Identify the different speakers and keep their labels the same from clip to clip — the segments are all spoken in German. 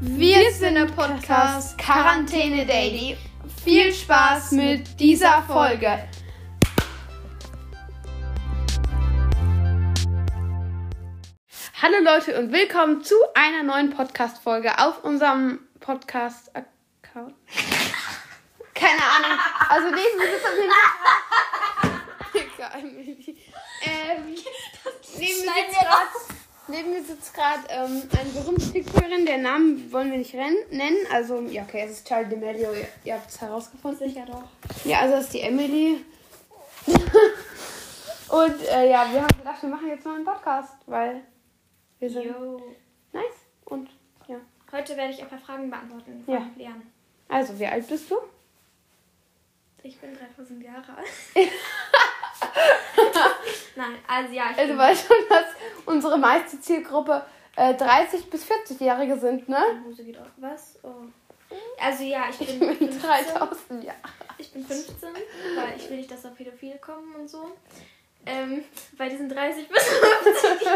Speaker 1: Wir, sind der Podcast Quarantäne Daily. Viel Spaß mit dieser Folge. Hallo Leute und willkommen zu einer neuen Podcast-Folge auf unserem Podcast-Account. Keine Ahnung. Also lesen wir das auf jeden Fall. Egal, Millie. Ähm, nehmen wir jetzt grad- Neben mir sitzt gerade ähm, eine berühmte TikTokerin, der Namen wollen wir nicht ren- nennen. Also, ja, okay, es ist Charlie D'Amelio, ihr, ihr habt es herausgefunden.
Speaker 2: Sicher doch.
Speaker 1: Ja, also das ist die Emily. Und äh, ja, wir haben gedacht, wir machen jetzt noch einen Podcast, weil wir sind
Speaker 2: Yo.
Speaker 1: nice. Und ja.
Speaker 2: Heute werde ich ein paar Fragen beantworten
Speaker 1: Ja.
Speaker 2: von Leon.
Speaker 1: Also, wie alt bist du?
Speaker 2: Ich bin 3000 Jahre alt. Nein, also ja, ich
Speaker 1: Also,
Speaker 2: bin,
Speaker 1: weil schon, dass unsere meiste Zielgruppe äh, 30- bis 40-Jährige sind, ne?
Speaker 2: Meine Hose geht auf. Was? Oh. Also ja, ich bin,
Speaker 1: Ich bin
Speaker 2: 15,
Speaker 1: 3000 Jahre.
Speaker 2: ich bin 15, weil ich will nicht, dass da Pädophile kommen und so. Ähm, bei diesen 30 bis 50.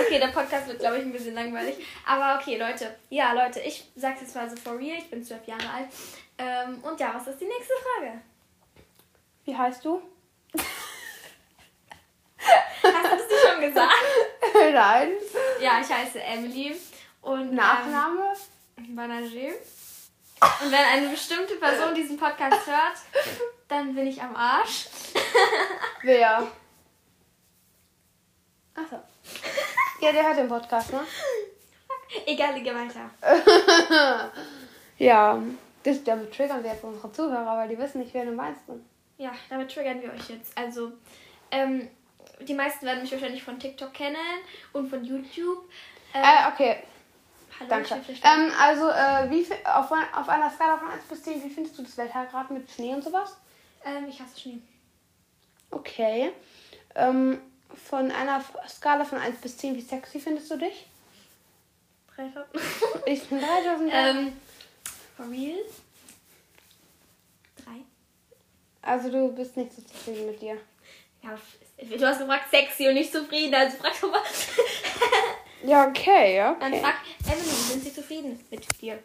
Speaker 2: Okay, der Podcast wird, glaube ich, ein bisschen langweilig. Aber okay, Leute. Ja, Leute, ich sag's jetzt mal so for real. Ich bin 12 Jahre alt. Ähm, und ja, was ist die nächste Frage?
Speaker 1: Wie heißt du?
Speaker 2: Hast du das nicht schon gesagt?
Speaker 1: Nein.
Speaker 2: Ja, ich heiße Emily und
Speaker 1: Nachname?
Speaker 2: Ähm, Banager. Und wenn eine bestimmte Person diesen Podcast hört, dann bin ich am Arsch.
Speaker 1: Wer? Achso. Ja, der hört den Podcast, ne?
Speaker 2: Egal, geh weiter.
Speaker 1: Ja. Das, damit triggern wir jetzt unsere Zuhörer, weil die wissen nicht, wer du meinst.
Speaker 2: Ja, damit triggern wir euch jetzt. Also, ähm, die meisten werden mich wahrscheinlich von TikTok kennen und von YouTube. Ähm,
Speaker 1: Äh, okay,
Speaker 2: hallo, ich
Speaker 1: danke.
Speaker 2: bin vielleicht-
Speaker 1: Ähm, also, äh, wie viel, auf, ein- auf einer Skala von 1 bis 10, wie findest du das Wetter gerade mit Schnee und sowas?
Speaker 2: ähm, ich hasse Schnee.
Speaker 1: Okay. Ähm, von einer F- Skala von 1 bis 10, wie sexy findest du dich?
Speaker 2: Treffer.
Speaker 1: Ich bin 3000
Speaker 2: ähm, for real? Drei.
Speaker 1: Also, du bist nicht so zufrieden mit dir.
Speaker 2: Ja, du hast gefragt sexy und nicht zufrieden, also frag doch mal.
Speaker 1: Ja, okay, ja.
Speaker 2: Dann frag Emily, sind Sie zufrieden mit dir?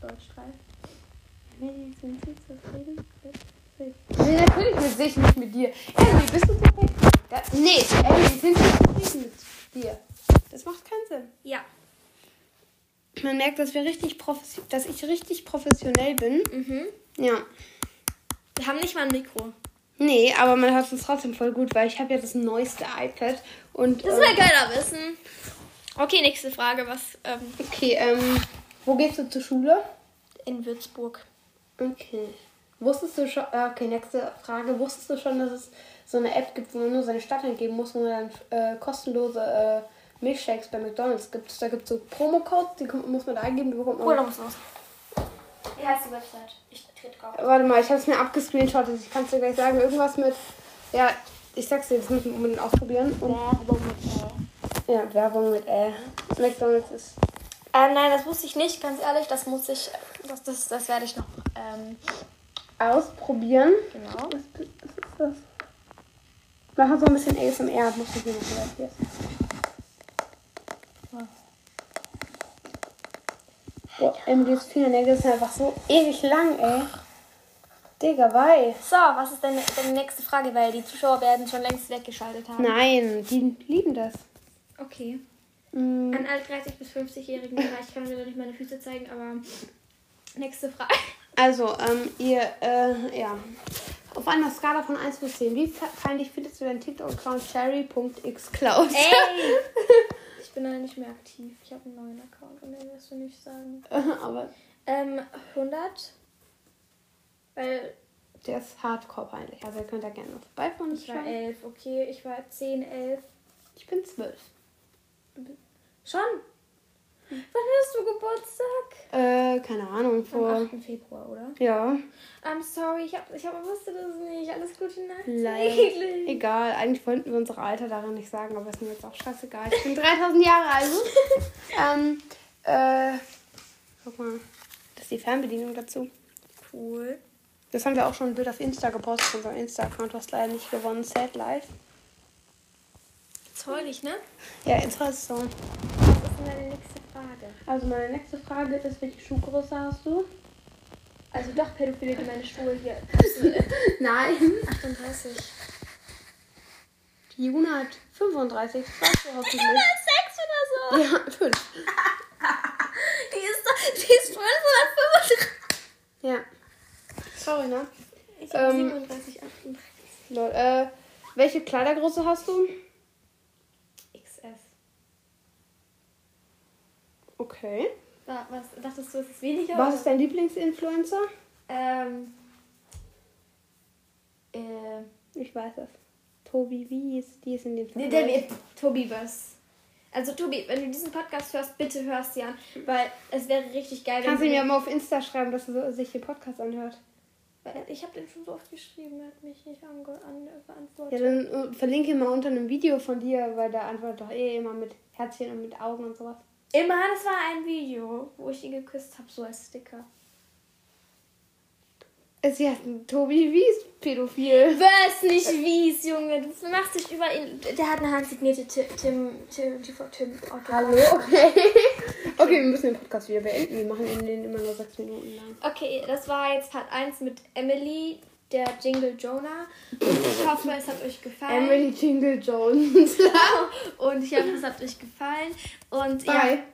Speaker 2: Deutsch 3.
Speaker 1: Nee, sind Sie zufrieden mit sich? Nee, natürlich mit sich, nicht mit dir. Emily, bist du zufrieden? Da, nee, Emily, sind Sie zufrieden mit dir? Das macht keinen Sinn.
Speaker 2: Ja.
Speaker 1: Man merkt, dass, wir richtig profes- dass ich richtig professionell bin.
Speaker 2: Mhm.
Speaker 1: Ja.
Speaker 2: Wir haben nicht mal ein Mikro.
Speaker 1: Nee, aber man hört uns trotzdem voll gut, weil ich habe ja das neueste iPad. Und,
Speaker 2: Das
Speaker 1: ähm,
Speaker 2: will keiner wissen. Okay, nächste Frage. Was ähm,
Speaker 1: Okay, ähm, wo gehst du zur Schule?
Speaker 2: in Würzburg?
Speaker 1: Okay. Wusstest du schon, äh, okay, nächste Frage. Wusstest du schon, dass es so eine App gibt, wo man nur seine Stadt eingeben muss, wo man dann äh, kostenlose äh, Milchshakes bei McDonalds gibt? Da gibt es so Promo-Codes, die kommt- muss man da eingeben, die bekommt man.
Speaker 2: Oh, muss los. Wie heißt die Website? Ich trete drauf.
Speaker 1: Warte mal, ich habe es mir abgescreenshottet, ich kann es dir gleich sagen. Irgendwas mit, ja, ich sag's dir, das müssen wir unbedingt ausprobieren. Und, ja, Werbung mit, äh, McDonalds ist
Speaker 2: Ähm, nein, das wusste ich nicht, ganz ehrlich. Das muss ich, das, das, das werde ich noch, ähm,
Speaker 1: ausprobieren.
Speaker 2: genau.
Speaker 1: Was, was ist das? Mach mal so ein bisschen ASMR, muss ich hier noch mal hier. Boah, Emily's Fingernägel sind einfach so ewig lang, ey. Digga, bye.
Speaker 2: So, was ist denn deine nächste Frage? Weil die Zuschauer werden schon längst weggeschaltet haben.
Speaker 1: Nein, die lieben das.
Speaker 2: Okay.
Speaker 1: Mm,
Speaker 2: An alle 30 bis 50-Jährigen, vielleicht kann mir noch nicht meine Füße zeigen, aber nächste Frage.
Speaker 1: Also, ähm, ihr, äh, ja. Auf einer Skala von 1 bis 10, wie fe- peinlich findest du deinen TikTok-Account cherry.xcloud?
Speaker 2: Ey! Ich bin leider nicht mehr aktiv. Ich habe einen neuen Account und den wirst du nicht sagen.
Speaker 1: Aber
Speaker 2: Ähm, 100? Weil
Speaker 1: der ist hardcore peinlich. Also, ihr könnt da gerne noch vorbeifahren.
Speaker 2: ich war
Speaker 1: schauen.
Speaker 2: 11, okay? Ich war 10, 11.
Speaker 1: Ich bin 12.
Speaker 2: Schon? Wann hast du Geburtstag?
Speaker 1: Äh, keine Ahnung,
Speaker 2: Hm. Am
Speaker 1: vor.
Speaker 2: 8. Februar, oder?
Speaker 1: Ja,
Speaker 2: I'm sorry, ich, hab, ich hab, wusste das nicht. Alles Gute ne? Nacht.
Speaker 1: leider.
Speaker 2: Wirklich.
Speaker 1: Egal, eigentlich wollten wir unsere Alter darin nicht sagen, aber ist mir jetzt auch scheißegal. Ich bin 3000 Jahre alt. ähm, äh, guck mal, das ist die Fernbedienung dazu.
Speaker 2: Cool.
Speaker 1: Das haben wir auch schon ein Bild auf Insta gepostet, unser Insta-Account, du hast leider nicht gewonnen, Sad Life.
Speaker 2: Jetzt heulig, ne?
Speaker 1: Ja, interessant.
Speaker 2: Was ist denn deine nächste Frage?
Speaker 1: Also meine nächste Frage ist, welche Schuhgröße hast du?
Speaker 2: Also doch Pädophile, die meine Schuhe hier.
Speaker 1: Nein.
Speaker 2: 38.
Speaker 1: Juna hat 35. Sagst du hoffentlich.
Speaker 2: Sechs oder so.
Speaker 1: ja, 5.
Speaker 2: Die ist, doch- die ist 535.
Speaker 1: Ja. Sorry, ne?
Speaker 2: Ich
Speaker 1: hab
Speaker 2: habe 37, 38.
Speaker 1: Lol. Äh, welche Kleidergröße hast du?
Speaker 2: XS.
Speaker 1: Okay.
Speaker 2: Wa- Was, dachtest du, es ist weniger?
Speaker 1: Was
Speaker 2: oder?
Speaker 1: ist dein Lieblingsinfluencer?
Speaker 2: Ähm. Äh.
Speaker 1: Ich weiß es. Tobi Wies, die ist in dem
Speaker 2: Nee, der wird Tobi was. Also Tobi, wenn du diesen Podcast hörst, bitte hörst sie an, weil es wäre richtig geil.
Speaker 1: Kannst du
Speaker 2: wenn
Speaker 1: mir mal auf Insta schreiben, dass er sich den Podcast anhört?
Speaker 2: Weil Ich habe den schon so oft geschrieben, er hat mich nicht ange an
Speaker 1: Ja,
Speaker 2: beantwortet.
Speaker 1: dann äh, verlinke ihn mal unter einem Video von dir, weil der antwortet doch eh immer mit Herzchen und mit Augen und sowas.
Speaker 2: Immer, das war ein Video, wo ich ihn geküsst habe, so als Sticker.
Speaker 1: Es ist ja ein Äh, Tobi Wies Pädophil.
Speaker 2: Was nicht wies, Junge, du machst dich über ihn. Der hat eine handsignierte Tim Tim Tim Tim, Tim Otto.
Speaker 1: Okay. okay, wir müssen den Podcast wieder beenden. Wir machen ihn den immer nur sechs Minuten lang.
Speaker 2: Okay, das war jetzt Part 1 mit Emily, der Jingle Jonah. Ich hoffe, es hat euch gefallen.
Speaker 1: Emily Jingle Jones.
Speaker 2: Und ich hoffe, es hat euch gefallen. Und ja,
Speaker 1: Bye.